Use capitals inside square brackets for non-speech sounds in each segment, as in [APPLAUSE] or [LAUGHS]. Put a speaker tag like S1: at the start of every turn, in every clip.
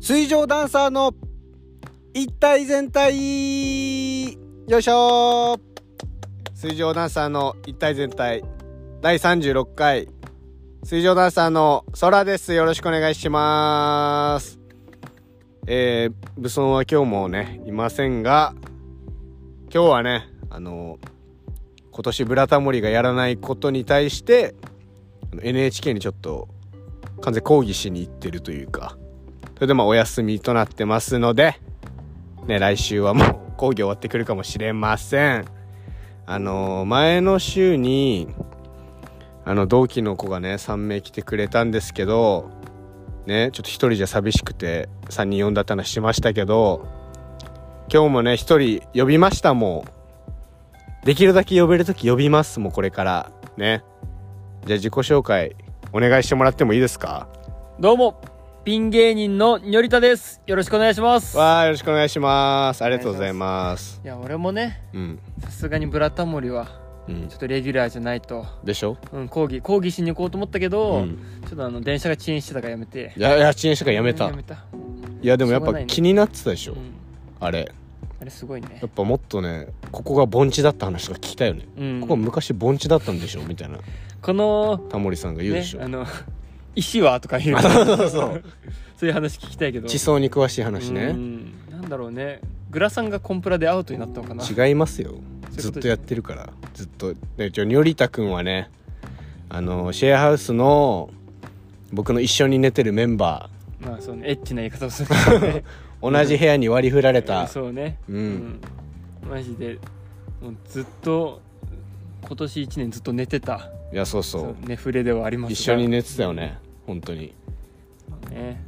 S1: 水上ダンサーの一体全体よいしょ水上ダンサーの一体全体第36回水上ダンサーの空ですよろしくお願いしますえー、武装は今日もねいませんが今日はねあの今年「ブラタモリ」がやらないことに対してあの NHK にちょっと完全抗議しに行ってるというかそれでまあお休みとなってますのでね来週はもう講義終わってくるかもしれませんあのー前の週にあの同期の子がね3名来てくれたんですけどねちょっと1人じゃ寂しくて3人呼んだって話しましたけど今日もね1人呼びましたもうできるだけ呼べる時呼びますもうこれからねじゃあ自己紹介お願いしてもらってもいいですか
S2: どうも、ピン芸人のにょりたです。よろしくお願いします。
S1: わあよろしくお願いしますありがとうございます
S2: いや、俺もね、
S1: うん、
S2: さすがにブラタモリは、
S1: うん
S2: ちょっとレギュラーじゃないと、
S1: でしょ
S2: うん、抗議、抗議しに行こうと思ったけ
S1: う
S2: ど、
S1: ん
S2: ちょっとあの、電車が遅延してたからやめて。
S1: いやいや遅延したからやめた
S2: やめた。
S1: いやでもやっ
S2: しょう
S1: ぱ
S2: がないね
S1: 気になってたでし
S2: う
S1: ょ、
S2: ん。
S1: あれ
S2: あれすごいね
S1: やっ。ぱもっとねここが盆地だった話とか聞きたいよね、
S2: うん。
S1: ここ昔盆地だったんでしょみたいな
S2: この、
S1: タモリさんが言うで
S2: ね
S1: しょ、、
S2: あの、 [LAUGHS] 石はとか言う。
S1: そうそう
S2: [LAUGHS] そういう話聞きたいけど。
S1: 地層に詳しい話
S2: う
S1: ね
S2: ん。なんだろうね。グラさんがコンプラでアウトになったのかな。
S1: 違いますよ
S2: と
S1: ずっとやってるからずっとでちょにょりたくんはねあのシェアハウスの僕の一緒に寝てるメンバ
S2: まあ、そうね、エッチな言い方をす
S1: [LAUGHS]
S2: るからね。
S1: ー同じ部屋に割り振られた、
S2: そうね
S1: うん
S2: うんマジでもうずっと今年1年ずっと寝てた
S1: いやそうそう
S2: 寝触れではありますが
S1: 一緒に寝てたよね本当に
S2: ね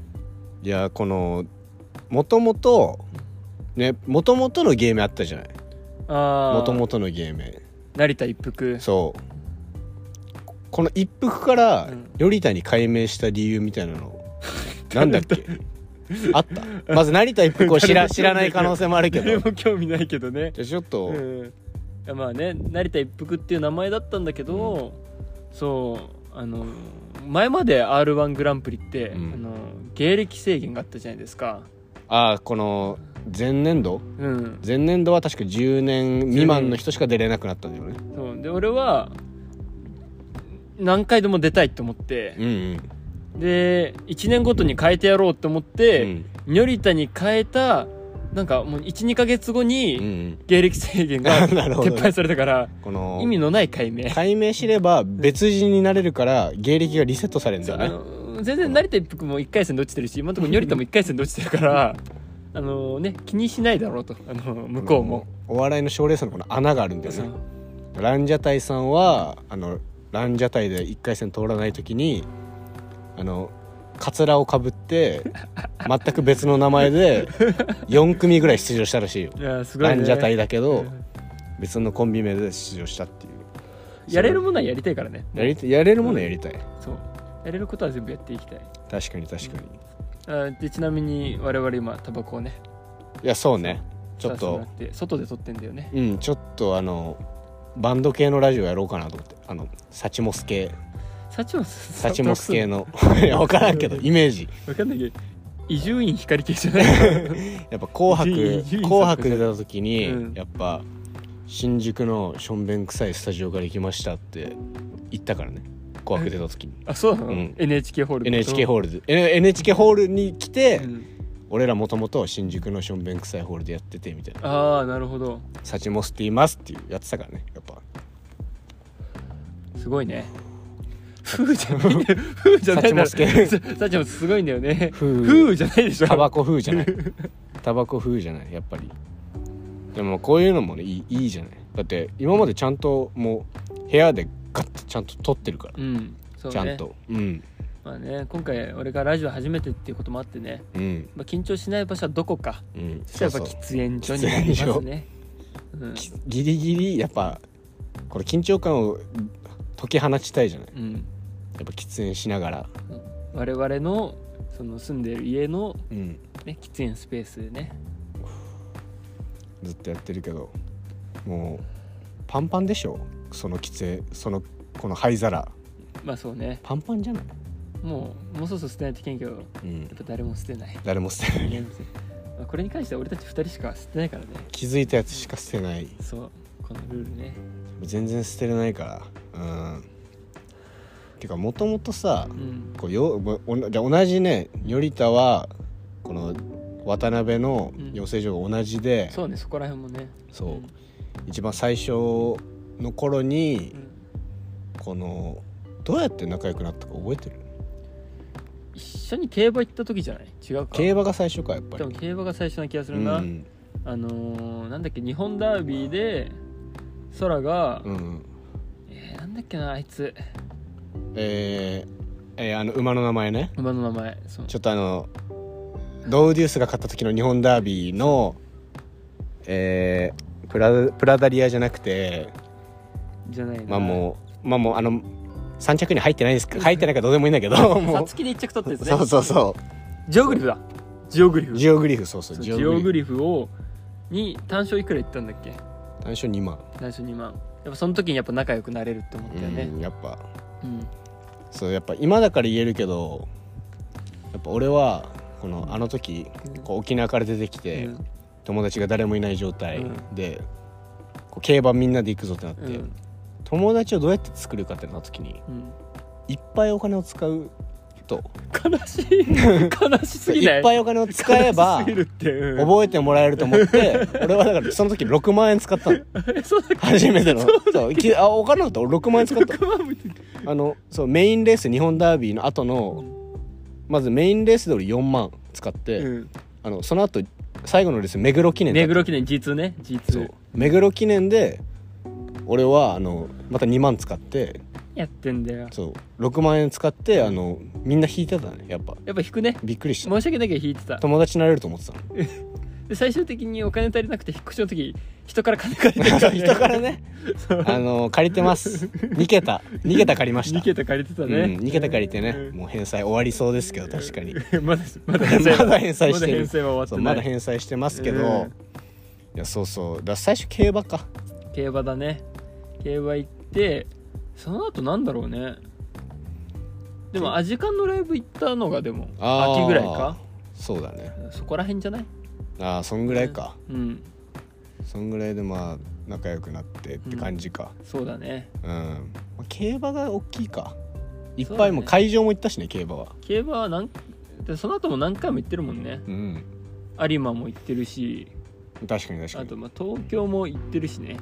S1: いやこのもともとねもともとのゲームあったじゃない
S2: ああ
S1: もともとのゲーム
S2: 成田一服
S1: そうこの一服から
S2: うん
S1: 頼田に改名した理由みたいなの [LAUGHS] なんだっけあったまず成田一服を知ら知らない可能性もあるけ
S2: 誰
S1: ど
S2: [LAUGHS] も興味ないけどね
S1: じゃあちょっと、
S2: うんいやまあね成田一服っていう名前だったんだけど、そうあの前まで r 1グランプリって、
S1: うん
S2: あの芸歴制限があったじゃないですか
S1: ああこの前年度
S2: うん
S1: 前年度は確か10年未満の人しか出れなくなったんだよね
S2: そうで俺は何回でも出たいと思って、
S1: うんうん
S2: で1年ごとに変えてやろうと思っ
S1: う
S2: て
S1: ん
S2: ニョリタに変えたなんかもう12か月後
S1: うんう
S2: に
S1: ん
S2: 芸歴制限が
S1: [LAUGHS] なるほどね
S2: 撤廃されたから
S1: この
S2: 意味のない解明
S1: 解明すれば別人になれるから芸歴がリセットされるんだ
S2: そう
S1: よ
S2: あ
S1: ね
S2: の全然成田一服も1回戦で落ちてるし今のところニョリタも1回戦で落ちてるからあのね気にしないだろうとあの向こうも。
S1: お笑いの賞レースのこの穴があるんだよ
S2: そう
S1: ねランジャタイさんはあのランジャタイで1回戦通らない時にあのカツラをかぶ
S2: [LAUGHS]
S1: って全く別の名前で4組ぐらい出場したらしいよ
S2: いやすごい、
S1: ラ
S2: ね、
S1: ンジャタイだけ
S2: う
S1: ど
S2: ん
S1: 別のコンビ名で出場したっていう
S2: やれるものはやりたいからね
S1: やりやれるものやりたい
S2: そうやれることは全部やっていきたい
S1: 確かに確かに
S2: あでちなみに我々今タバコをね
S1: いやそうねちょっ
S2: 出させても
S1: と
S2: らて外で撮ってんだよね
S1: うんちょっとあのバンド系のラジオやろうかなと思ってあのサチモス系
S2: サチモス
S1: サチモス系のいや分からんけどイメージ
S2: わかんないけど伊集院光系じゃない
S1: [LAUGHS] やっぱ「紅白
S2: 伊集」
S1: 「
S2: 院さん
S1: 紅白」出た時に、
S2: うん
S1: やっぱ新宿のしょんべん臭いスタジオから行きましたって言ったからね「紅白」出た時に
S2: あそうなの、
S1: うん
S2: NHK ホール
S1: NHK
S2: ー
S1: ホールでえ NHK ホールに来て、
S2: うん
S1: 俺らもともと新宿のしょんべん臭いホールでやっててみたいな
S2: ああなるほど
S1: 「サチモスって言います」っていうやってたからねやっぱ
S2: すごいね風じゃないんだよ風じゃないんだろ
S1: サチモス
S2: サチモスすごいんだよね
S1: 風
S2: じゃないでしょ
S1: タバコ風じゃないタバコ風じゃないやっぱりでもこういうのもねいいいいじゃないだって今までちゃんともう部屋でガッてちゃんと撮ってるから、
S2: うんそう
S1: ち
S2: ね
S1: ゃんとうん
S2: まあね今回俺がラジオ初めてっていうこともあってね、
S1: うん
S2: まあ、緊張しない場所はどこか
S1: うん
S2: そしたらやっぱ喫煙所になりますねうん
S1: きギリギリやっぱこれ緊張感を解き放ちたいじゃない
S2: うん、
S1: やっぱ喫煙しながら
S2: 我々のその住んでる家の、
S1: うん
S2: ね、喫煙スペースでね
S1: ずっとやってるけどもうパンパンでしょその喫煙そのこの灰皿
S2: まあそうね
S1: パンパンじゃない
S2: もうもうそろそろ捨てないといけんけどやっ
S1: うん
S2: ぱ誰も捨てない
S1: 誰も捨てない
S2: ゲーム性まあこれに関しては俺たち2人しか捨てないからね
S1: 気づいたやつしか捨てない
S2: そうこのルールね
S1: 全然捨てれないからうんてかもともとさ
S2: うん
S1: こうよぼおなじゃあ同じね頼田はこの渡辺の養成所が同じで、
S2: そうねそこら辺もね
S1: そう
S2: うん
S1: 一番最初の頃に
S2: うん
S1: このどうやって仲良くなったか覚えてる
S2: 一緒に競馬行った時じゃない違うか
S1: 競馬が最初かやっぱ
S2: で
S1: り
S2: も競馬が最初な気がす
S1: う
S2: るな、
S1: ん
S2: あのーなんだっけ日本ダービーで空が、
S1: うん
S2: えーなんだっけなあいつ
S1: えーえーあの馬の名前ね
S2: 馬の名前そう
S1: ちょっとあのドウデュースが勝った時の日本ダービーのえープラプラダリアじゃなくて
S2: じゃないな
S1: まあもうまあもうあの3着に入ってないですか入ってないからどうでもいいんだけ
S2: [LAUGHS]
S1: ども
S2: さ
S1: う
S2: つきで一着取ったやつね
S1: そうそうそ
S2: ジオグリフだジオグリ
S1: う
S2: フ
S1: ジオグリフそうそう
S2: そう
S1: ジ
S2: ジ
S1: オ
S2: オ
S1: グ
S2: グ
S1: リ
S2: リフをに単勝いくらいったんだっけ
S1: フ単勝2万
S2: 単勝2万やっぱその時にやっぱ仲良くなれるって思ったよね
S1: うんやっぱ
S2: うん
S1: そうやっぱ今だから言えるけどやっぱ俺はこのあの時
S2: うん
S1: こう沖縄から出てきて、
S2: うん
S1: 友達が誰もいない状態
S2: うん
S1: で、こう競馬みんなで行くぞってなって、
S2: うん
S1: 友達をどうやって作るかってなった時に
S2: うん
S1: いっぱいお金を使うと
S2: 悲しい悲しすぎない
S1: っぱいお金を使えば
S2: 悲 [LAUGHS] しすぎるって、うん
S1: 覚えてもらえると思って俺はだからその時6万円使ったの
S2: えそうだっ
S1: 初めてのそうきあお金のと6万円使った
S2: け熊本
S1: あのそうメインレース日本ダービーの後のまずメインレースで俺4万使って、
S2: うん
S1: あのその後最後のレース目黒記念だ
S2: 目
S1: った
S2: 黒記念 G2 ね
S1: そう
S2: G2
S1: 目黒記念で俺はあのまた2万使って
S2: やってんだよ
S1: そう6万円使ってあのみんな引いてたねやっぱ
S2: やっぱ引くね
S1: びっくりした
S2: 申し訳ないけど引いてた
S1: 友達になれると思ってたの
S2: で最終的にお金足りなくて引っ越しの時人から金借りて [LAUGHS]
S1: そう人からねあの借りてます2桁2桁借りました
S2: 2桁借りてた
S1: うん、
S2: ね、
S1: 2桁借りてね、
S2: うん
S1: もう返済終わりそうですけど確かに
S2: [LAUGHS] まだまだ
S1: [LAUGHS] ま
S2: 返済は
S1: だ返済して
S2: まだ
S1: る
S2: 返済は終
S1: そ
S2: わ
S1: う
S2: って
S1: ま
S2: ない、
S1: だ返済してますけど、
S2: うん
S1: いやそうそうだから最初競馬か
S2: 競馬だね競馬行ってその後なんだろうねでもアジカンのライブ行ったのがでも
S1: あー
S2: 秋ぐらいか
S1: そうだね
S2: そこら辺じゃない
S1: ああそんぐらいか、
S2: うん
S1: そんぐらいでまあ仲良くなってって感じか
S2: そうだね
S1: うん、まあ競馬が大きいかいっ
S2: そう
S1: ぱ
S2: だ
S1: い
S2: ね
S1: もう会場も行ったしね競馬は
S2: 競馬はなんでその後も何回も行ってるもんね
S1: うん
S2: 有馬も行ってるし
S1: 確かに確か
S2: あ
S1: に
S2: とまあ東京も行ってるしね
S1: やっ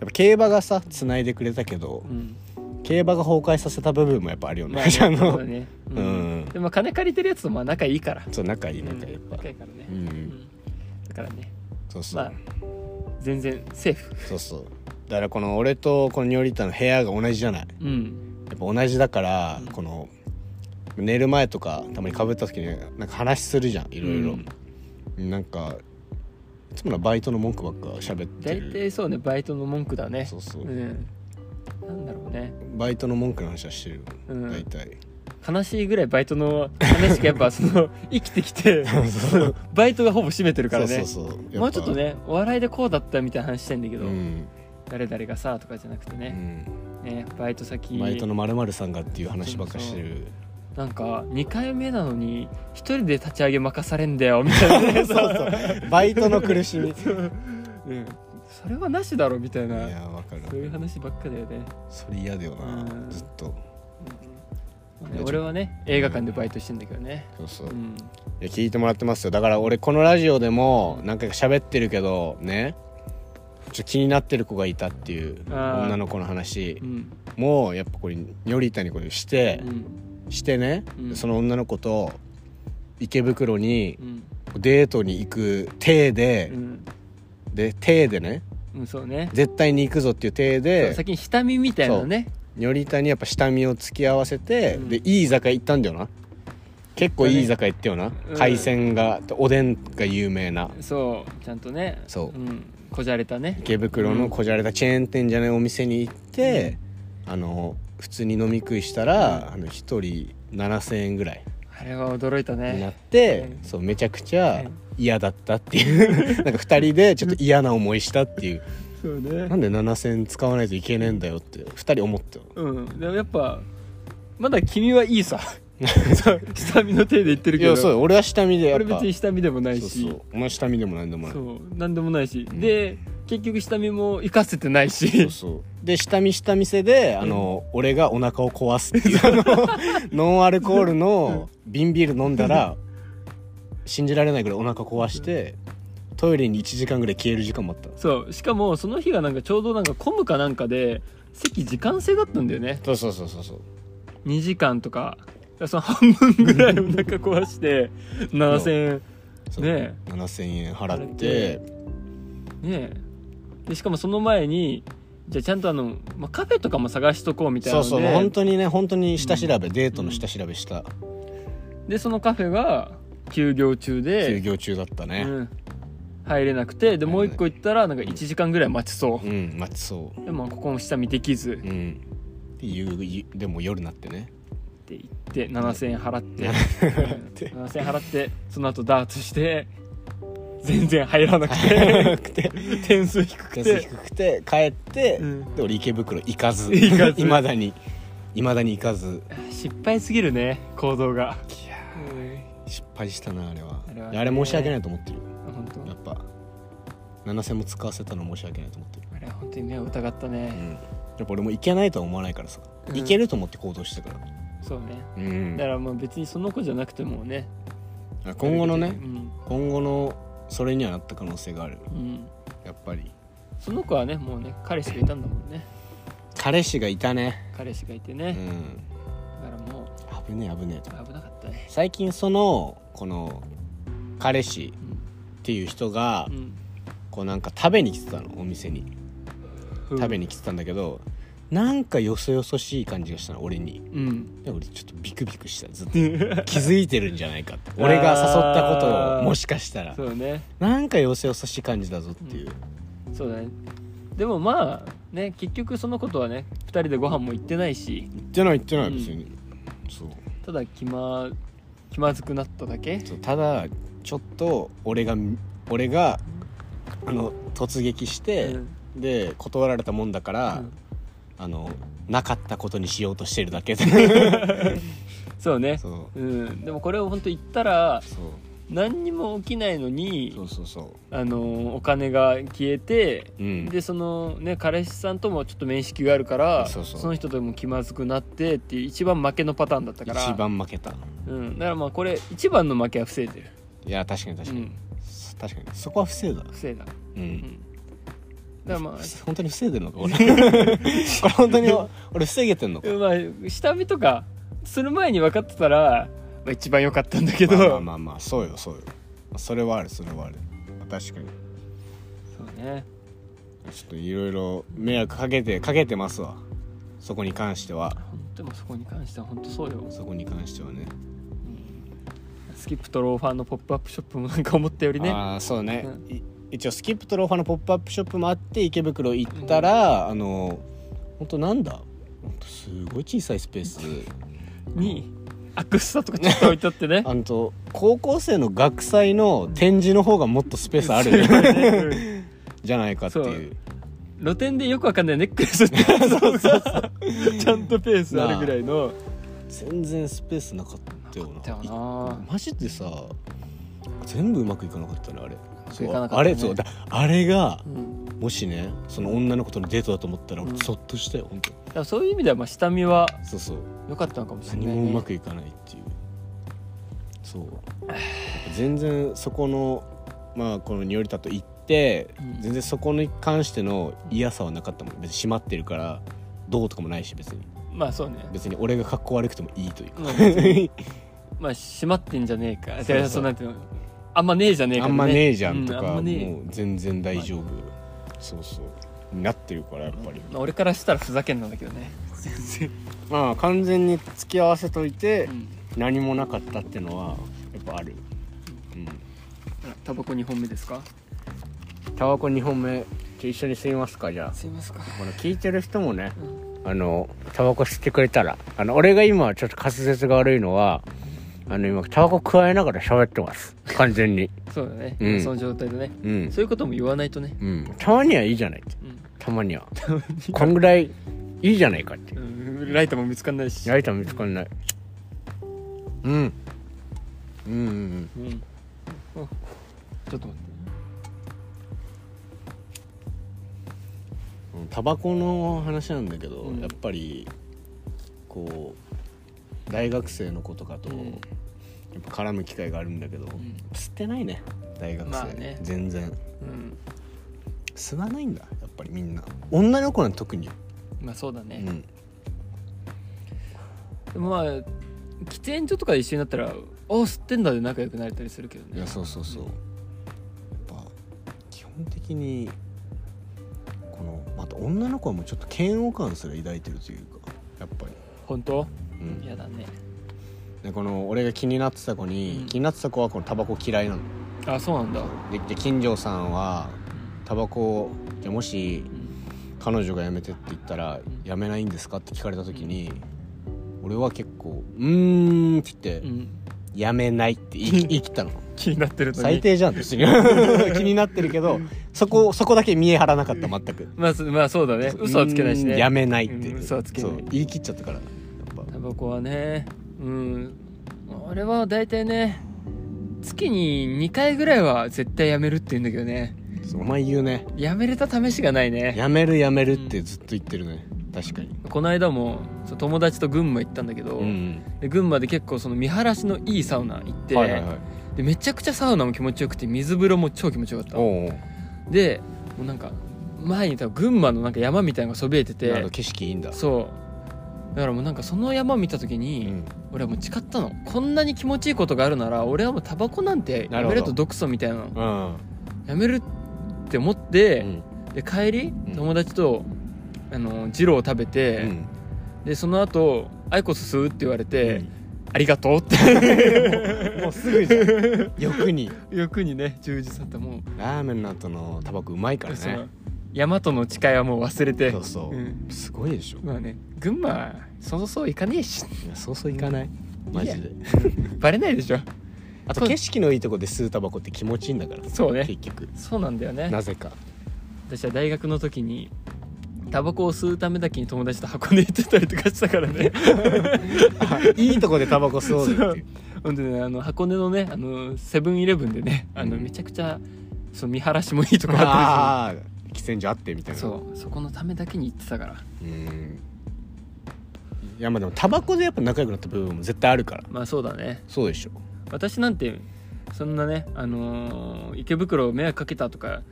S1: ぱ競馬がさつないでくれたけど
S2: うん
S1: 競馬が崩壊させた部分もやっぱあるよね、
S2: まあ
S1: [LAUGHS] あ
S2: そ
S1: の
S2: うだねう
S1: うん
S2: んでも金借りてるやつとまあ仲いいから
S1: そう仲いい
S2: うん
S1: 仲いいやっぱ、
S2: 仲いいからね
S1: うん
S2: うんだからね
S1: そうそう、
S2: まあ全然セーフ
S1: そうそうだからこの俺とこのニョリタの部屋が同じじゃない
S2: うん
S1: やっぱ同じだから、
S2: うん
S1: この寝る前とかたまにかぶった時になんか話するじゃんいろいろ、なんかいつものバイトの文句ばっか喋って
S2: 大
S1: る
S2: 体そうねバイトの文句だね
S1: そうそう、
S2: うんなんだろうね
S1: バイトの文句の話はしてる、
S2: うん
S1: 大
S2: [LAUGHS]
S1: 体
S2: 悲しいぐらいバイトの [LAUGHS] 話しかやっぱその生きて
S1: [LAUGHS]
S2: きて
S1: そう
S2: バイトがほぼ占めてるから
S1: そ
S2: ね
S1: うそうそうやぱ
S2: もうちょっとねお笑いでこうだったみたいな話してんだけ
S1: う
S2: ど
S1: ん、
S2: 誰々がさとかじゃなくて
S1: う
S2: ね
S1: ん、
S2: ねバイト先
S1: バイトのまるさんがっていう話ばっかしてる
S2: なんか2回目なのに1人で立ち上げ任されんだよみたい
S1: [LAUGHS]
S2: なね
S1: そうそうバイトの苦しみい
S2: うんそれはなしだろみたいな
S1: やわかる
S2: そういう話ばっかだよね
S1: それ嫌だよな、
S2: うん
S1: ずっと
S2: まあね俺はね映画館でバイトしてんだけどね
S1: そうそう、
S2: う
S1: い
S2: ん
S1: や聞いてもらってますよだから俺このラジオでも何回か喋ってるけどねちょっと気になってる子がいたっていう
S2: あー
S1: 女の子の話
S2: うん
S1: もうやっぱこれニョリータにこれして
S2: う、ん
S1: してね、
S2: うん
S1: その女の子と池袋に
S2: うん
S1: デートに行く体で
S2: う、ん
S1: で体でね
S2: うんそうね
S1: 絶対に行くぞっていう体
S2: そう
S1: で
S2: 先に下見みたいなのね
S1: ニョリータにやっぱ下見を突き合わせて、
S2: うん
S1: でいい居酒屋行ったんだよな結構いい居酒屋行ったよな、
S2: うん
S1: 海鮮がおでんが有名な
S2: そうちゃんとね、
S1: そうん
S2: こじゃれたね
S1: 池袋のこじゃれたチェーン店じゃないお店に行って、あの普通に飲み食いしたら、あの1人7,000円ぐらい
S2: あれは驚いた
S1: になっ
S2: ね
S1: て、
S2: うん
S1: そうめちゃくちゃ
S2: うん
S1: 嫌だったっていうな
S2: [LAUGHS]
S1: んか2人でちょっと嫌な思いしたっていう
S2: そう
S1: な
S2: ね
S1: んで7,000円使わないといけねえんだよって2人思ってたの [LAUGHS]
S2: うんでもやっぱまだ君はいいさ
S1: そう
S2: 下見の手で言ってる
S1: い
S2: けど
S1: やそう俺は下見でやっ
S2: こ
S1: ぱ
S2: れ別に下見でもないし
S1: そうそうお前下見でもなんでもない
S2: そうなんでもないし、
S1: ん
S2: で結局下見も生かせてない
S1: そ
S2: し
S1: うそうで下見下見せであの、俺がお腹を壊す [LAUGHS] っていうあのノンアルコールの瓶ビール飲んだら信じられないぐらいお腹壊してトイレに1時間ぐらい消える時間もあった
S2: そうしかもその日がなんかちょうどなんか混むかなんかで席時間制だったんだよね
S1: そうそうそうそうそう
S2: 2時間とかだからその半分ぐらいお腹壊して7000
S1: そう
S2: ね
S1: 7000円払って
S2: 円ねえでしかもその前にじゃあちゃんとあの、まあ、カフェとかも探しとこうみたいな
S1: そ
S2: の
S1: う
S2: で
S1: そうもう本当にね本当に下調べ、デートの下調べした
S2: でそのカフェが休業中で
S1: 休業中だったね、
S2: うん、入れなくてでもう一個行ったらなんか1時間ぐらい待ちそう
S1: うん、まあそ
S2: でもここも下見できずっ
S1: ううんで夕夕でも夜になってね
S2: て言って7000円
S1: [LAUGHS]
S2: 払ってうん7000円払ってその後ダーツして全然入らなくて [LAUGHS] 点数低く
S1: 点数
S2: て
S1: 低くて帰って、
S2: うん
S1: で俺池袋行かず
S2: 行かず
S1: いまだにいまだに行かず
S2: 失敗すぎるね行動が
S1: 失敗したなあれは
S2: あれは
S1: あ
S2: ね
S1: れ申し訳ないと思ってる
S2: 本当
S1: やっぱ7000も使わせたの申し訳ないと思ってる、
S2: あれは本当に目を疑った
S1: う
S2: ね
S1: ん、やっぱ俺も行けないとは思わないからさ、
S2: うん
S1: 行けると思って行動してたから、
S2: そうね
S1: うん
S2: だからもう別にその子じゃなくてもね
S1: 今後の
S2: う
S1: ね
S2: ん、
S1: 今後のそれにはなった可能性がある
S2: うん、
S1: やっぱり
S2: その子はねもうね彼氏がいたんだもんね
S1: 彼氏がいたね
S2: 彼氏がいて
S1: う
S2: ね、
S1: ん
S2: だからもう
S1: 危ねえ危ねえ
S2: 危なかったね
S1: 最近そのこの彼氏
S2: う
S1: っていう人が、
S2: ん、
S1: こうなんか食べに来てたのお店に
S2: うん、
S1: 食べに来てたんだけど、なんかよそよそしい感じがしたの俺に
S2: うん
S1: で俺ちょっとビクビクしたずっ
S2: [LAUGHS]
S1: と気づいてるんじゃないかって俺が誘ったことをもしかしたら
S2: そうね
S1: なんかよそよそしい感じだぞっていう、
S2: そうだねでもまあね結局そのことはね2人でご飯も行ってないし
S1: 言ってない言ってない
S2: うん
S1: 別に、そう
S2: ただ気ま気まずくなっただけ
S1: そうただちょっと俺が俺があの突撃して、
S2: うん
S1: で断られたもんだから、
S2: うん
S1: あのなかったことにしようとしてるだ
S2: [LAUGHS]
S1: けで
S2: そうね
S1: そう
S2: うん、でもこれを本当言ったら
S1: そう
S2: 何にも起きないのに
S1: そうそうそ
S2: あのお金が消えて、
S1: ううん
S2: でそのね彼氏さんともちょっと面識があるから
S1: そうそう
S2: の人とも気まずくなってっていう一番負けのパターンだったから
S1: 一、番負けた
S2: うん、だからまあこれ一番の負けは防いでる
S1: いや確かに確かに、
S2: うん、
S1: 確かにそこは防いだ
S2: 防いだ
S1: う
S2: うんんだからま
S1: 本当に防いでるのか俺 [LAUGHS] これ本当に俺防げてんのか
S2: あ、まあ、下見とかする前に分かってたら、まあ、一番良かったんだけど、
S1: まあまあまあまあそうよそうよそれはあるそれはある確かに
S2: そうね
S1: ちょっといろいろ迷惑かけてかけてますわそこに関しては
S2: でもそこに関しては本当そうよ、
S1: そこに関してはね
S2: スキップとローファーのポップアップショップもなんか思ったよりね
S1: ああそうね、
S2: うん
S1: い一応スキップとローファーのポップアップショップもあって池袋行ったら、あの本当なんだほんとすごい小さいスペース
S2: にアクスタとかちょっと置いとってね
S1: あのと高校生の学祭の展示の方がもっとスペースある
S2: うん
S1: [LAUGHS] じゃないかっていう
S2: 露店でよくわかんないネックレスってちゃんとペースあるぐらいの
S1: 全然スペースなかったよな
S2: なかったよない
S1: マジでさ全部うまくいかなかったねあれそう
S2: いかなかったね
S1: あれそうだあれが
S2: うんだ
S1: もしねその女の子とのデートだと思ったら
S2: う
S1: 俺
S2: ん
S1: そっとしたよ本当
S2: からそういう意味ではまあ下見は
S1: そうそう
S2: 良かったのかもしれ
S1: 何
S2: ない、ね、
S1: もうまくいかないっていうそうやっぱ全然そこのまあこのニオリタと行って、
S2: うん
S1: 全然そこに関しての嫌さはなかったもん別に閉まってるからどうとかもないし別に
S2: まあそうね
S1: 別に俺が格好悪くてもいいというか、
S2: まあ別にまあ閉まってんじゃねえか
S1: そうそう
S2: いやそうなんていうのあんまねえじゃねえか
S1: あ
S2: と
S1: ん
S2: ね
S1: まねえじゃ
S2: うん
S1: と
S2: あん
S1: か、
S2: まねえ
S1: もう全然大丈夫、そうそうになってるからやっぱり、
S2: まあ俺からしたらふざけんなんだけどね全然、
S1: まあ完全に付き合わせといて、
S2: うん
S1: 何もなかったってのはやっぱあるうん
S2: あタバコ2本目ですか
S1: タバコ2本目一緒に吸いますかじゃあ
S2: すいますか
S1: この聞いてる人もね、あのタバコ吸ってくれたらあの俺が今ちょっと滑舌が悪いのはあの今タバコ加えながら喋ってます完全に
S2: そうだね、
S1: うん
S2: その状態でね
S1: [LAUGHS] うん
S2: そういうことも言わないとね
S1: うんたまにはいいじゃないって
S2: うん
S1: たまにはこんぐらいいいじゃないかって
S2: うんライトも見つかんないし
S1: ライター見つかんないうんうんうんうん
S2: うんあちょっと待って
S1: うんタバコの話なんだけど、
S2: うん
S1: やっぱりこう大学生の子とかと、
S2: うん
S1: やっぱ絡む機会があるんだけど、
S2: ん
S1: 吸ってないね大学生、
S2: まあね
S1: 全然
S2: うん
S1: 吸わないんだやっぱりみんな女の子なんて特に、
S2: まあそうだね、
S1: うん、
S2: でもまあ喫煙所とかで一緒になったら「お吸ってんだ」で仲良くなれたりするけど
S1: い
S2: ね
S1: やそうそうそう、
S2: うん
S1: やっぱ基本的にこのまた女の子はもうちょっと嫌悪感すら抱いてるというかやっぱり、
S2: 本当
S1: うん、
S2: 嫌だね
S1: でこの俺が気になってた子に、
S2: うん
S1: 気になってた子はこのタバコ嫌いなの
S2: あそうなんだ
S1: でで金城さんはタバコをじゃあもし
S2: うん
S1: 彼女が辞めてって言ったら
S2: ん
S1: 「辞めないんですか?」って聞かれた時に、俺は結構「うーん」って言っ
S2: う
S1: て
S2: ん
S1: 「辞めない」って言い言い切った
S2: [LAUGHS]
S1: の
S2: 気になってるのに
S1: 最低じゃん別に [LAUGHS] 気になってるけどそこそこだけ見え張らなかった全く
S2: まあ、そまあそうだね嘘はつけないし
S1: うー
S2: ね
S1: ん辞めないって、
S2: うん嘘はつけない
S1: そう言い切っちゃったからやっぱ
S2: タバコはねうん俺は大体ね月に2回ぐらいは絶対やめるって言うんだけどね
S1: そうお前言うね
S2: やめれた試しがないね
S1: 辞める辞めるってずっと言ってるね確かに
S2: この間もそう友達と群馬行ったんだけど、
S1: うん
S2: で群馬で結構その見晴らしのいいサウナ行って、
S1: はいはいはい
S2: でめちゃくちゃサウナも気持ちよくて水風呂も超気持ちよかった
S1: おうおう
S2: でもうなんか前に多分群馬のなんか山みたいなのがそびえて
S1: なるほ
S2: て
S1: ど景色いいんだ
S2: そうだからもうなんかその山見た時
S1: う
S2: に、
S1: ん
S2: 俺はもう誓ったのこんなに気持ちいいことがあるなら俺はもうタバコなんて
S1: な
S2: や
S1: るほ
S2: め
S1: ど
S2: ると毒素みたいなの
S1: うん
S2: やめるって思って、で帰り
S1: ん
S2: 友達と、あのジローを食べ
S1: う
S2: て、
S1: ん
S2: でその後アイコス吸うって言われて、
S1: うん
S2: ありがとうって
S1: もうすぐじゃん
S2: [LAUGHS]
S1: [LAUGHS] 欲に
S2: 欲にね充実さったもう
S1: ラーメンの後のタバコうまいから
S2: そ
S1: ね
S2: の大和の誓いはもう忘れて
S1: そうそう、
S2: うん
S1: すごいでしょ、
S2: まあね群馬そうそう行かねえし
S1: いやそうそういかないマジで
S2: バレないでしょ
S1: あと景色のいいとこで吸うタバコって気持ちいいんだから
S2: そうね
S1: 結局
S2: そうなんだよね
S1: なぜか
S2: 私は大学の時にタバコを吸うためだけに友達と箱根行ってたりとかしたから
S1: [LAUGHS]
S2: ね
S1: [LAUGHS] いいとこでタバコ吸おうぜ [LAUGHS] っていう
S2: ほんでねあの箱根のねあのセブンイレブンでねあの
S1: うん
S2: めちゃくちゃその見晴らしもいいとこあっ
S1: ああ喫煙所あってみた
S2: た
S1: い
S2: り
S1: な
S2: するそうそこのためだけに行ってたから
S1: うんいやまあでもタバコでやっぱ仲良くなった部分も絶対あるから
S2: まあそうだね
S1: そうでしょ
S2: 私なんてそんなね、あのー池袋迷惑かけたとか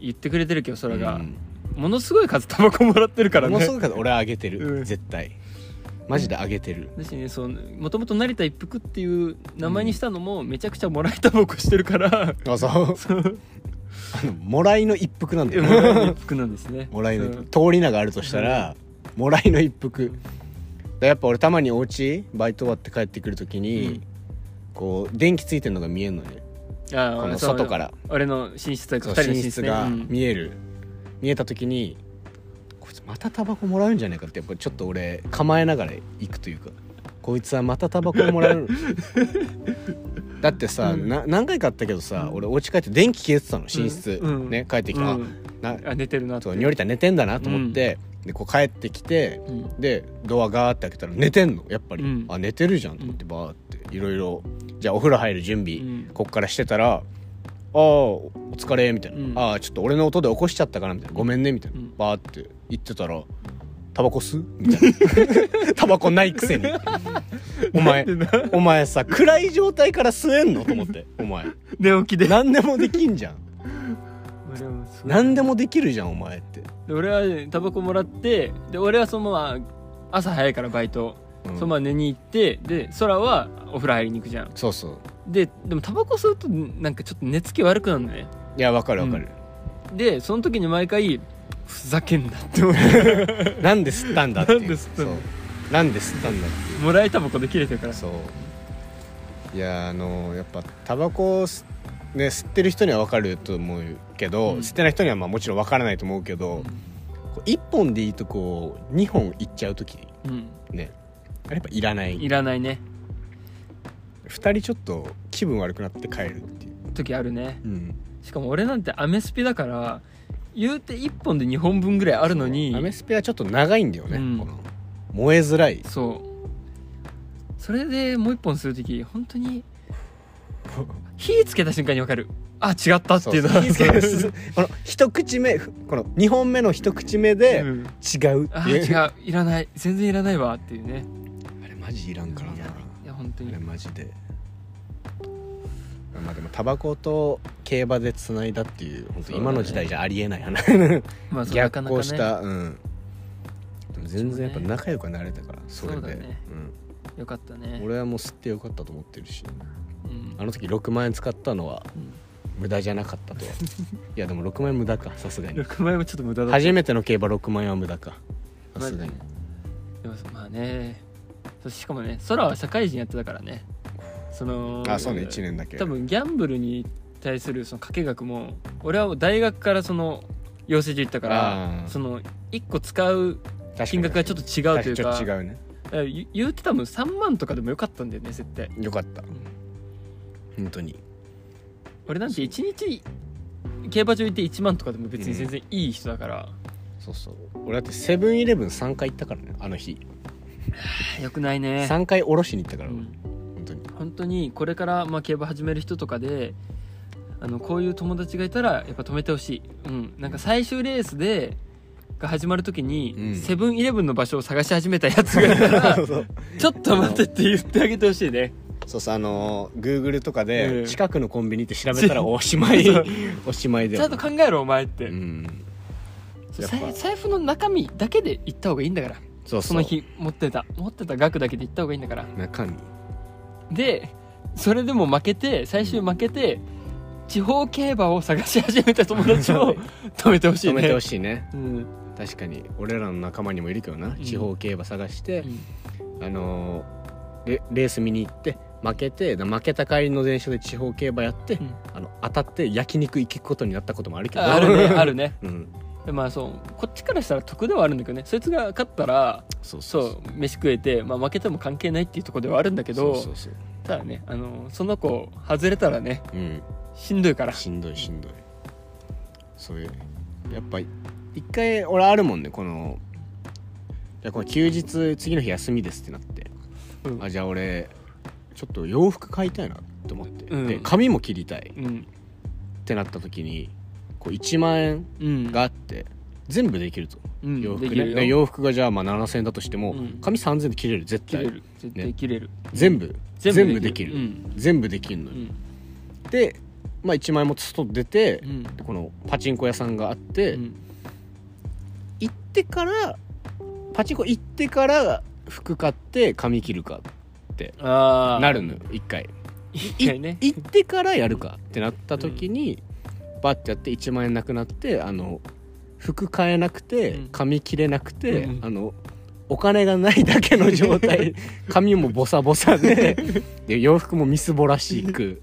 S2: 言ってくれてるけどそれが、
S1: うん
S2: ものすごい数タバコもらってるから
S1: もうす
S2: ね
S1: ぐから俺はあげてる、
S2: うん
S1: 絶対マジであげてる、
S2: だしねそうもともと成田一服っていう名前にしたのもめちゃくちゃもらいタバコしてるから、
S1: [LAUGHS] あそう
S2: そう
S1: あのもらいの一服なんだ
S2: で
S1: よ
S2: もらいの一服なんですね
S1: もらいの一
S2: そう
S1: 服通り名があるとしたら、もらいの一服だやっぱ俺たまにお家バイト終わって帰ってくるときに、
S2: うん
S1: こう電気ついてるのが見えるのね
S2: あー
S1: この
S2: そう
S1: 外から
S2: 俺の寝室というか
S1: そ
S2: 2
S1: う寝
S2: 人の寝
S1: 室
S2: 室ね
S1: が
S2: うん
S1: 見える、見えた時にこいつまたタバコもらうんじゃないかってやっぱちょっと俺構えながら行くというかこいつはまたタバコもらえ
S2: [LAUGHS]
S1: るだってさ、
S2: うん
S1: な何回かあったけどさ、俺お家帰って電気消えてたの寝室、
S2: うんうん
S1: ね帰ってきた、
S2: うん
S1: あな
S2: あ寝てるなって
S1: そうにょりた寝てんだなと思って、でこう帰ってきて
S2: うん
S1: でドアガーって開けたら寝てんのやっぱり、
S2: うん
S1: あ寝てるじゃんと思ってバーっていろいろじゃあお風呂入る準備、
S2: うん
S1: こっからしてたら「ああお疲れ」みたいな「
S2: うん
S1: ああちょっと俺の音で起こしちゃったかな」みたいな「ごめんね」みたいな、
S2: うん
S1: バーって言ってたら「タバコ吸う?」みたいな [LAUGHS] タバコないくせにお前
S2: なんで
S1: お前さ暗い状態から吸えんのと思ってお前
S2: 寝起きで
S1: 何でもできんじゃん
S2: 俺はそう
S1: 何でもできるじゃんお前って、
S2: で俺はねタバコもらってで俺はそのまま朝早いからバイト、
S1: うん
S2: そのまま寝に行ってで空はお風呂入りに行くじゃん
S1: そうそう
S2: ででもタバコ吸うとなんかちょっと寝つき悪くなるのね
S1: いやわかるわかる、
S2: でその時に毎回ふざけんなって思う [LAUGHS]
S1: なんで吸ったんだっていう
S2: なんで吸ったの
S1: そうなんで吸ったんだっていう
S2: もらいタバコで切れてるから
S1: そういやあのやっぱタバコを吸,、ね、吸ってる人には分かると思うけど、
S2: うん
S1: 吸ってない人にはまあもちろん分からないと思うけど、こう1本でいいとこう2本いっちゃう時
S2: うん
S1: ねあれやっぱいらない
S2: いらないね
S1: 2人ちょっと気分悪くなって帰るっていう、
S2: 時あるね
S1: うん、
S2: しかも俺なんてアメスピだから言うて1本で2本分ぐらいあるのに
S1: アメスペはちょっと長いんだよね、
S2: うん
S1: この燃えづらい
S2: そうそそれでもう一本する時本
S1: [LAUGHS]
S2: 当に火つけた瞬間に分かるあ違ったっていうのは
S1: そう
S2: [LAUGHS]
S1: そうこの一口目ふこの2本目の一口目で
S2: うん
S1: 違うって
S2: あ
S1: いう、
S2: ー違ういらない全然いらないわっていうね
S1: あれマジいらんから
S2: い
S1: な
S2: やいや本当
S1: あ
S2: に
S1: れマジでまあでもタバコと競馬でつないだっていう本当今の時代じゃありえない話、
S2: まあそうなか
S1: 逆
S2: なか
S1: 行し
S2: ね
S1: たうんでも全然やっぱ仲良くなれたからそれで
S2: そうだねよかった
S1: う
S2: ね
S1: ん、俺はもう吸ってよかったと思ってるし
S2: うん
S1: あの時6万円使ったのは
S2: うん
S1: 無駄じゃなかった
S2: [LAUGHS]
S1: とはいやでも6万円無駄かさすがに
S2: 6万円もちょっと無駄だった
S1: 初めての競馬6万円は無駄かさすがに
S2: でもまあねそうしかもね空は社会人やってたからねその
S1: あそうね1年だけ
S2: 多分ギャンブルに対するその掛け額も俺は大学からその養成所行ったから
S1: あー
S2: その1個使う金額がちょっと違うとい
S1: 確に
S2: うか
S1: ちょっと違うね
S2: だから言言うて多分3万とかでもよかったんだよね絶対
S1: よかった本当に
S2: 俺なんて1日競馬場行って1万とかでも別に全然いい人だから、
S1: そうそう俺だってセブンイレブン3回行ったからねあの日
S2: よくないね、
S1: 3回おろしに行ったか
S2: う
S1: ら俺
S2: ん
S1: 本当に
S2: 本当にこれからまあ競馬始める人とかであのこういう友達がいたらやっぱ止めてほしい、うん、なんか最終レースでが始まる時に、
S1: うん
S2: セブンイレブンの場所を探し始めたやつがいた
S1: [LAUGHS]
S2: ら
S1: そう
S2: ちょっと待ってって言ってあげてほしいね
S1: そうそうあのー Google とか
S2: う
S1: で
S2: ん
S1: 近くのコンビニって調べた [LAUGHS] らおしまい
S2: そう
S1: おしまいだ
S2: ち
S1: よ
S2: ゃんと考えろお前って、
S1: うん
S2: そう
S1: やっぱ
S2: 財財布の中身だけで行った方がいいんだから
S1: そうそう
S2: その日持ってた持ってた額だけで行った方がいいんだから
S1: 中身
S2: でそれでも負けて最終負けて地方競馬を探し始めた友達を止めてほしい
S1: 止
S2: ね
S1: めてほしいね
S2: うん
S1: 確かに俺らの仲間にもいるけどな、
S2: ん
S1: 地方競馬探して、あのーレレース見に行って負けてだ負けた帰りの電車で地方競馬やって、
S2: うん
S1: あの当たって焼肉行くことになったこともあるけど
S2: ああるねあるね
S1: うん
S2: でまあそうこっちからしたら得ではあるんだけどねそいつが勝ったら
S1: そうそうそう
S2: そう飯食えて、まあ、負けても関係ないっていうところではあるんだけど
S1: そうそうそう
S2: ただねあのその子外れたらね
S1: うん
S2: しんどいから
S1: しんどいしんどいそういうやっぱ一回俺あるもんねこのじゃあこの休日次の日休みですってなって、
S2: うん
S1: あじゃあ俺ちょっと洋服買いたいなと思って、
S2: うん
S1: で髪も切りたい
S2: うん
S1: ってなった時にこう1万円
S2: うん
S1: があって全部できると、
S2: うん
S1: 洋服
S2: でき
S1: ね
S2: るよ
S1: で洋服がじゃあまあ7000円だとしても、
S2: うん
S1: 紙3000円で切れる絶
S2: 切
S1: 対
S2: れる絶対切れる、
S1: 全部全部できる
S2: うん
S1: 全部できるの
S2: う
S1: に、
S2: ん
S1: で、まあ、1万円も外出て
S2: う、ん
S1: でこのパチンコ屋さんがあっ
S2: う
S1: て、
S2: ん
S1: 行ってからパチンコ行ってから服買って髪切るか
S2: ああ
S1: なるのよ一回
S2: 一回ね
S1: 行ってからやるかってなった時に、バッてやって1万円なくなってあの服買えなくて、
S2: うん
S1: 髪切れなくて、
S2: うん
S1: あのお金がないだけの状
S2: [LAUGHS]
S1: 態髪もボサボサでで洋服もみすぼらし
S2: [LAUGHS]
S1: く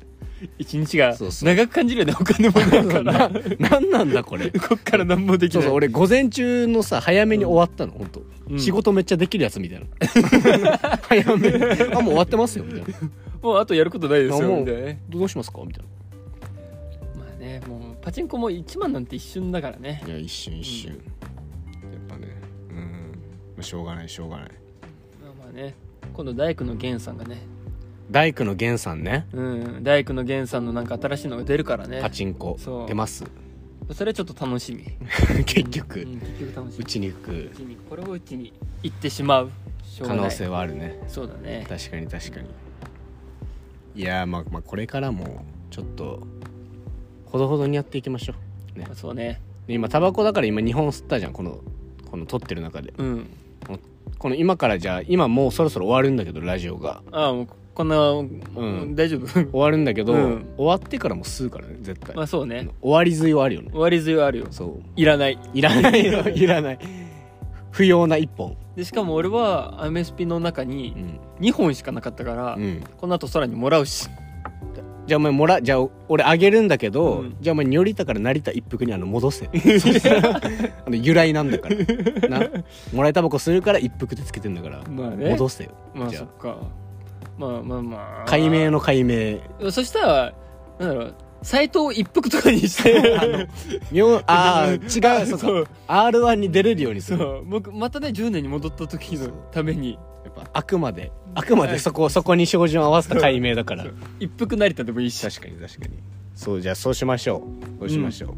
S2: 一日が
S1: そうそう
S2: 長く感じるよねお金もないか
S1: な
S2: ら
S1: なんなんだこれ
S2: こっから何もでき
S1: そう
S2: ない
S1: そう俺午前中のさ早めに終わったの本当、
S2: うん
S1: 仕事めっちゃできるやつみたい [LAUGHS] な早めにあもう終わってますよみたいな
S2: もうあとやることないです
S1: あ
S2: よ
S1: もう
S2: みたいなね
S1: どうしますかみたい
S2: まあねもうパチンコも1万なんて一瞬だからね
S1: ないや一瞬一瞬、やっぱねうんしょうがないしょうがない
S2: まあまあね今度大工の源さんがね
S1: 大工の源さんね
S2: うん大工の源さんのなんか新しいのが出るからね
S1: パチンコ
S2: そう
S1: 出ます
S2: それちょっと楽しみ
S1: 結局、
S2: うん結局楽し
S1: 打
S2: み
S1: ちにく
S2: うちにこれをうちに行ってしまうしょ
S1: く
S2: う
S1: 可
S2: が
S1: 能
S2: ない
S1: 性はあるね
S2: そうだね
S1: 確かに確かにいやーまあまあこれからもちょっとほどほどにやっていきましょうね
S2: そうね
S1: で今タバコだから今2本吸ったじゃんこのこの撮ってる中で
S2: うん
S1: この今からじゃあ今もうそろそろ終わるんだけどラジオが
S2: ああもうこんな、
S1: ん
S2: 大丈夫 [LAUGHS]
S1: 終わるんだけど、
S2: うん
S1: 終わってからも吸うからね絶対、
S2: まあそうね
S1: 終わり吸いはあるよね
S2: 終わり強いはあるよ
S1: そう
S2: いらない
S1: いらない
S2: [LAUGHS]
S1: よいらない不要な1本
S2: でしかも俺はアメスピの中
S1: う
S2: に
S1: ん、
S2: 2本しかなかったから、
S1: うん、
S2: この後空にもらうし
S1: じゃあお前もらじゃあ俺あげるんだけど、
S2: うん
S1: じゃあお前によりたから成田一服にあの戻
S2: [LAUGHS]
S1: せそしたらあの由来なんだからなもらいタバコするから一服ってつけてんだから
S2: まあね
S1: 戻せよ
S2: まあ
S1: じゃ
S2: そ
S1: あ
S2: っかまあまあまあ
S1: 解明の解明
S2: そしたらなんだろう斎藤一服とかにして
S1: あの妙あー違うそう
S2: そ
S1: そうう R1 に出れるようにす
S2: そ
S1: る
S2: う僕またね10年に戻った時のために
S1: やっぱあくまであくまでそこそこに照準を合わせた解明だから
S2: そう一服成田でもいいし
S1: 確かに確かにそうじゃあそうしましょうそうしましょ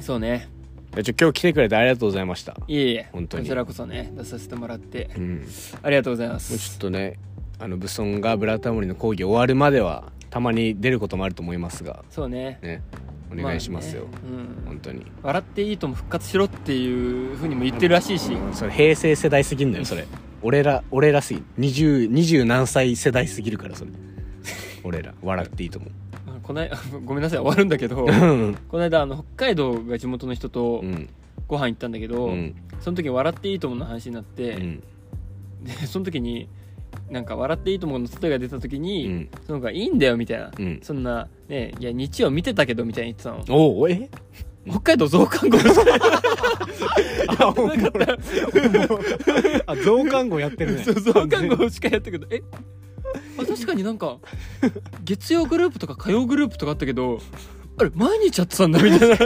S1: う、
S2: そうね
S1: じゃあちょ今日来てくれてありがとうございました
S2: いえいえ
S1: 本当に
S2: こちらこそね出させてもらって
S1: うんもう
S2: ありがとうございま
S1: ちょっ
S2: す
S1: とねあの武尊がブラタモリの講義終わるまではたまに出ることもあると思いますが
S2: そうね
S1: ねお願いしますよ、
S2: まあねうん
S1: 本当に
S2: 笑っていいとも復活しろっていうふうにも言ってるらしいし
S1: それ平成世代すぎんのよそれ俺ら俺らすぎ二十二十何歳世代すぎるからそれ俺ら笑っていいと思
S2: あこないごめんなさい終わるんだけ
S1: [LAUGHS]
S2: ど
S1: う
S2: この間あの北海道が地元の人と
S1: うん
S2: ご飯行ったんだけど、
S1: うん
S2: その時に「笑っていいとも」の話になっ
S1: う
S2: て、
S1: ん
S2: でその時になんか「笑っていいとも」の例えが出た時
S1: う
S2: に、
S1: ん
S2: その子がいいんだよみたいな、
S1: うん
S2: そんなねいや日曜見てたけどみたいに言ってたの
S1: おおえ
S2: 北海道増刊号です
S1: [LAUGHS] あおもろいあ増刊号やって [LAUGHS] るね
S2: そう増刊号しかやったけどえあ確かになんか月曜グループとか火曜グループとかあったけどあれ毎日やってたんだみたいな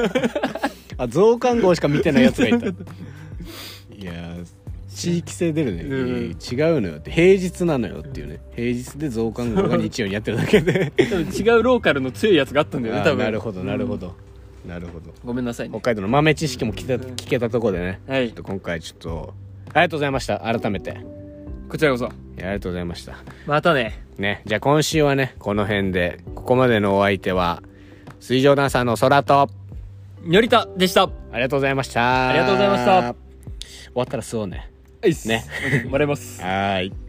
S1: [LAUGHS] あ増刊号しか見てないやつがいたいやー地域性出るね、
S2: うん
S1: 違うのよって平日なのよっていうね平日で増刊号が日曜にやってるだけで
S2: 多分違うローカルの強いやつがあったんだよね
S1: あ
S2: 多
S1: ー
S2: 分
S1: なるほどなるほど、なるほど
S2: うんごめんなさいね
S1: 北海道の豆知識も聞けた,、
S2: うん
S1: 聞けたところでね
S2: は
S1: ちょ
S2: い
S1: っと今回ちょっとありがとうございました改めてい
S2: こちらこそ
S1: やありがとうございました
S2: またね
S1: ねじゃあ今週はねこの辺でここまでのお相手は水上ダンサーの空と
S2: よりたでした
S1: ありがとうございました
S2: ありがとうございました
S1: 終わったら吸おうね
S2: はいっす [LAUGHS]
S1: ね
S2: もらいます
S1: はーい